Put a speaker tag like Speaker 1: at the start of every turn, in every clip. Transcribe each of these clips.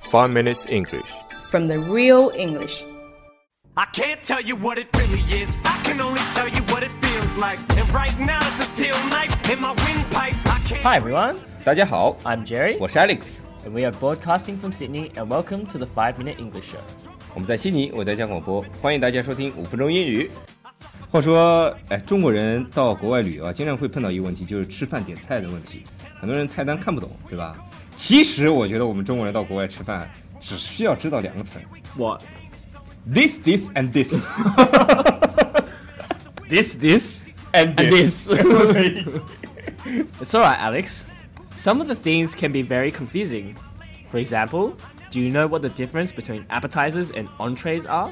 Speaker 1: 5 Minutes English.
Speaker 2: from the real English.
Speaker 3: I can't tell you what it really is. I can only tell you what it feels like. And right now it's a steel knife in my windpipe. I can't.
Speaker 4: Hi everyone,
Speaker 5: 大家好，
Speaker 4: I'm Jerry,
Speaker 5: 我是 Alex，
Speaker 4: and we are broadcasting from Sydney, and welcome to the 5 Minute English Show.
Speaker 5: 我们在悉尼为大家广播，欢迎大家收听五分钟英语。话说，哎，中国人到国外旅游啊，经常会碰到一个问题，就是吃饭点菜的问题。很多人菜单看不懂，对吧？其实我觉得我们中国人到国外吃饭，只需要知道两个词儿
Speaker 4: What?
Speaker 5: ：this this and this
Speaker 4: This, this,
Speaker 5: and
Speaker 4: and this. it's alright, Alex. Some of the things can be very confusing. For example, do you know what the difference between appetizers and entrees are?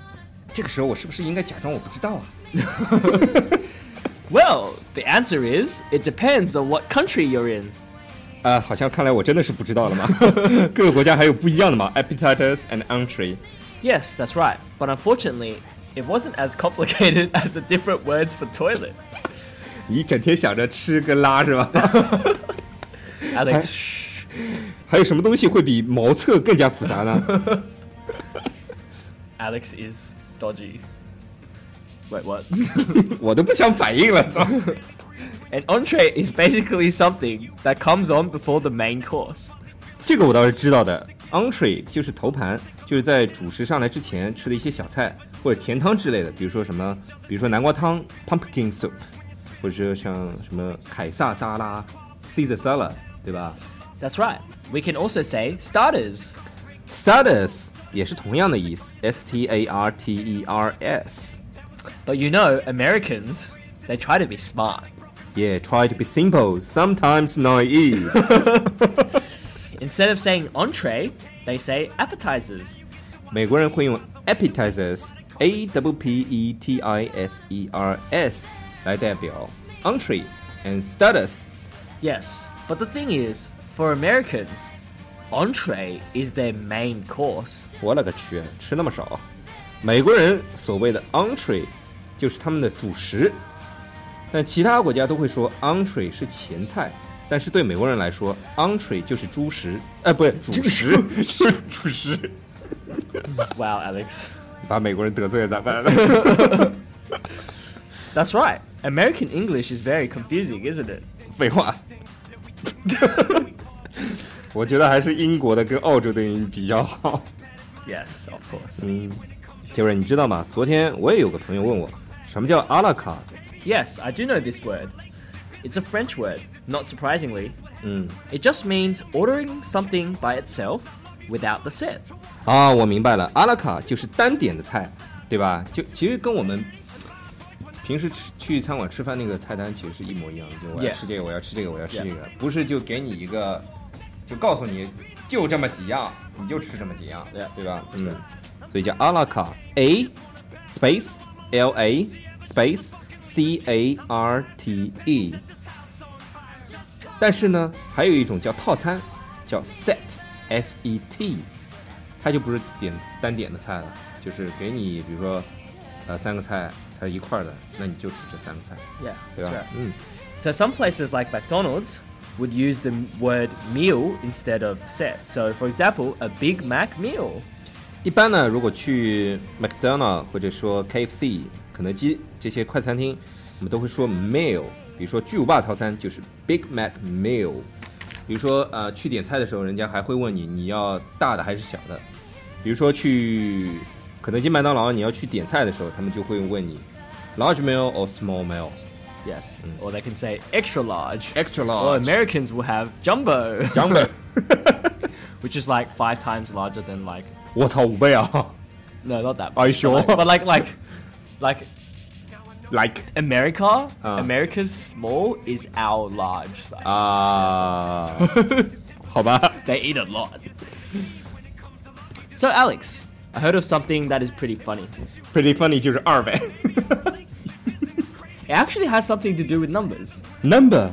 Speaker 5: 这个时候我是不是应该假装我不知道啊？
Speaker 4: Well, the answer is it depends on what country you're in.
Speaker 5: 啊、好像看来我真的是不知道了嘛。 各个国家还有不一样的嘛，appetizers and entree。
Speaker 4: Yes, that's right. But unfortunately, it wasn't as complicated as the different words for toilet.
Speaker 5: 你整天想着吃跟拉是吧？
Speaker 4: Alex, shh.
Speaker 5: 还有什么东西会比茅厕更加复杂 呢？
Speaker 4: Alex is dodgy. Wait, what?
Speaker 5: 我都不想反应了。操
Speaker 4: An entree is basically something that comes on before the main course.
Speaker 5: 这个我倒是知道的，entree 就是头盘，就是在主食上来之前吃的一些小菜或者甜汤之类的，比如说什么，比如说南瓜汤 （pumpkin soup），或者是像什么凯撒沙拉 （Caesar salad），对吧
Speaker 4: That's right. We can also say starters.
Speaker 5: ？Starters 也是同样的意思，S T A R T E R S。
Speaker 4: But you know, Americans, they try to be smart.
Speaker 5: Yeah, try to be simple, sometimes naive.
Speaker 4: Instead of saying entree, they say appetizers.
Speaker 5: 美国人会用 appetizers（a w p e t i s e r s） 来代表 entree and starters。
Speaker 4: Yes, but the thing is, for Americans, entree is their main course.
Speaker 5: 我勒个去，吃那么少！美国人所谓的 entree 就是他们的主食，但其他国家都会说 entree 是前菜，但是对美国人来说，entree 就是主食，哎，不是主食， 就是主食。
Speaker 4: Wow, Alex.
Speaker 5: 把美国人得罪了咋办呢？
Speaker 4: That's right. American English is very confusing, isn't it?
Speaker 5: 废话。 我觉得还是英国的跟澳洲的英语比较好。
Speaker 4: Yes, of course.
Speaker 5: 杰瑞，你知道吗？昨天我也有个朋友问我，什么叫阿拉卡？
Speaker 4: Yes, I do know this word. It's a French word, not surprisingly.
Speaker 5: 嗯，
Speaker 4: It just means ordering something by itself without the set.
Speaker 5: 啊，我明白了，阿拉卡就是单点的菜，对吧？就其实跟我们平时吃去餐馆吃饭那个菜单其实是一模一样的，就我要
Speaker 4: Yeah.
Speaker 5: 吃这个，我要吃这个，我要吃这个，不是就给你一个，就告诉你就这么几样，你就吃这么几样
Speaker 4: Yeah.，
Speaker 5: 对吧？嗯，所以叫阿拉卡，A space L A space C A R T E。但是呢，还有一种叫套餐，叫 set S E T，它就不是点单点的菜了，就是给你比如说，呃，三个菜，它是一块儿的，那你就吃这三个菜，
Speaker 4: Yeah,
Speaker 5: 对吧
Speaker 4: that's right.
Speaker 5: 嗯，
Speaker 4: So some places like McDonald's would use the word meal instead of set. So, for example, a Big Mac meal.
Speaker 5: 一般呢，如果去 McDonald 或者说 KFC、肯德基这些快餐厅，我们都会说 meal，比如说巨无霸套餐就是 Big Mac meal。比如说，呃，去点菜的时候，人家还会问你你要大的还是小的。比如说去肯德基、麦当劳，你要去点菜的时候，他们就会问你 large meal or small meal。
Speaker 4: Yes. Or they can say extra large.
Speaker 5: Mm. Extra
Speaker 4: Or
Speaker 5: large。
Speaker 4: Americans will have jumbo,
Speaker 5: Jumbo。
Speaker 4: which is like five times larger than like
Speaker 5: 我操，五倍啊
Speaker 4: no, not that.
Speaker 5: Are you
Speaker 4: much,
Speaker 5: sure?
Speaker 4: but like- But like like like
Speaker 5: ！Like
Speaker 4: America,
Speaker 5: Uh.
Speaker 4: America's small is our large size.
Speaker 5: 啊， 好吧。
Speaker 4: They eat a lot. So Alex, I heard of something that is pretty funny.
Speaker 5: Pretty funny 就是二倍。
Speaker 4: It actually has something to do with numbers.
Speaker 5: Number，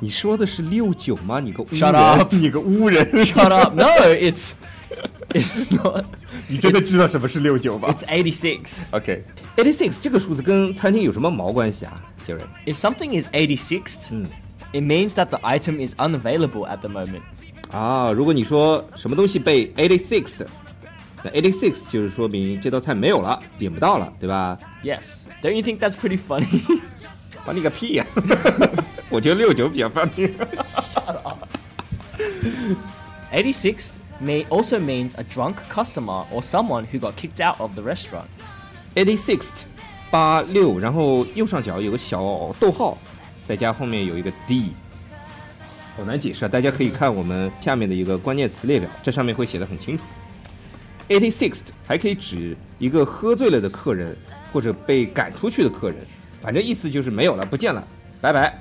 Speaker 5: 你说的是六九吗？你个污
Speaker 4: Shut
Speaker 5: 人
Speaker 4: up
Speaker 5: 你个污人！
Speaker 4: Shut up. No, it's it's not.
Speaker 5: 你真的知道什么是六九吗
Speaker 4: It's 86.
Speaker 5: ？OK，eighty six 这个数字跟餐厅有什么毛关系啊，杰瑞？
Speaker 4: If something is 86th, it means that the item is unavailable at the moment.
Speaker 5: 啊，如果你说什么东西被 eighty six 的，那 eighty six 就是说明这道菜没有了，点不到了，对吧？
Speaker 4: Yes. Don't you think that's pretty funny?
Speaker 5: 管你个屁呀、 我觉得六九比较方便。
Speaker 4: 86 may also means a drunk customer or someone who got kicked out of the restaurant.
Speaker 5: eighty six 八六，然后右上角有个小逗号，再加后面有一个 d，好难解释啊！大家可以看我们下面的一个关键词列表，这上面会写的很清楚。eighty six 还可以指一个喝醉了的客人，或者被赶出去的客人，反正意思就是没有了，不见了，拜拜。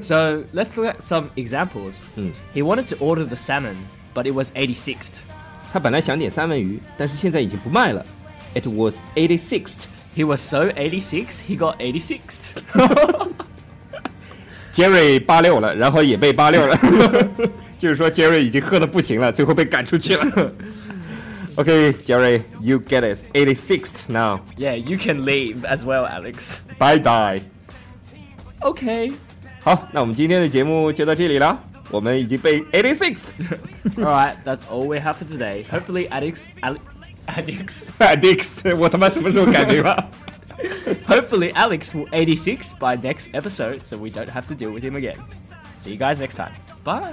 Speaker 4: so let's look at some examples.
Speaker 5: Mm.
Speaker 4: He wanted to order the salmon, but it was 86th.
Speaker 5: 他本来想点三文鱼，但是现在已经不卖了。It was eighty sixth。
Speaker 4: He was so 86, he got 86th.
Speaker 5: Jerry 八六了，然后也被八六了， 就是说 Jerry 已经喝的不行了，最后被赶出去了。OK，Jerry，you、get it eighty sixth now。
Speaker 4: yeah, you can leave as well, Alex.
Speaker 5: Bye bye。
Speaker 4: Okay.
Speaker 5: 好，那我们今天的节目就到这里了。我们已经被 eighty sixth
Speaker 4: Alright, that's all we have for today. Hopefully, Alex. Ale- Alex.
Speaker 5: addicts，我他妈什么时候改名了？
Speaker 4: Hopefully, Alex will 86 by next episode, so we don't have to deal with him again. See you guys next time. Bye.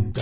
Speaker 6: do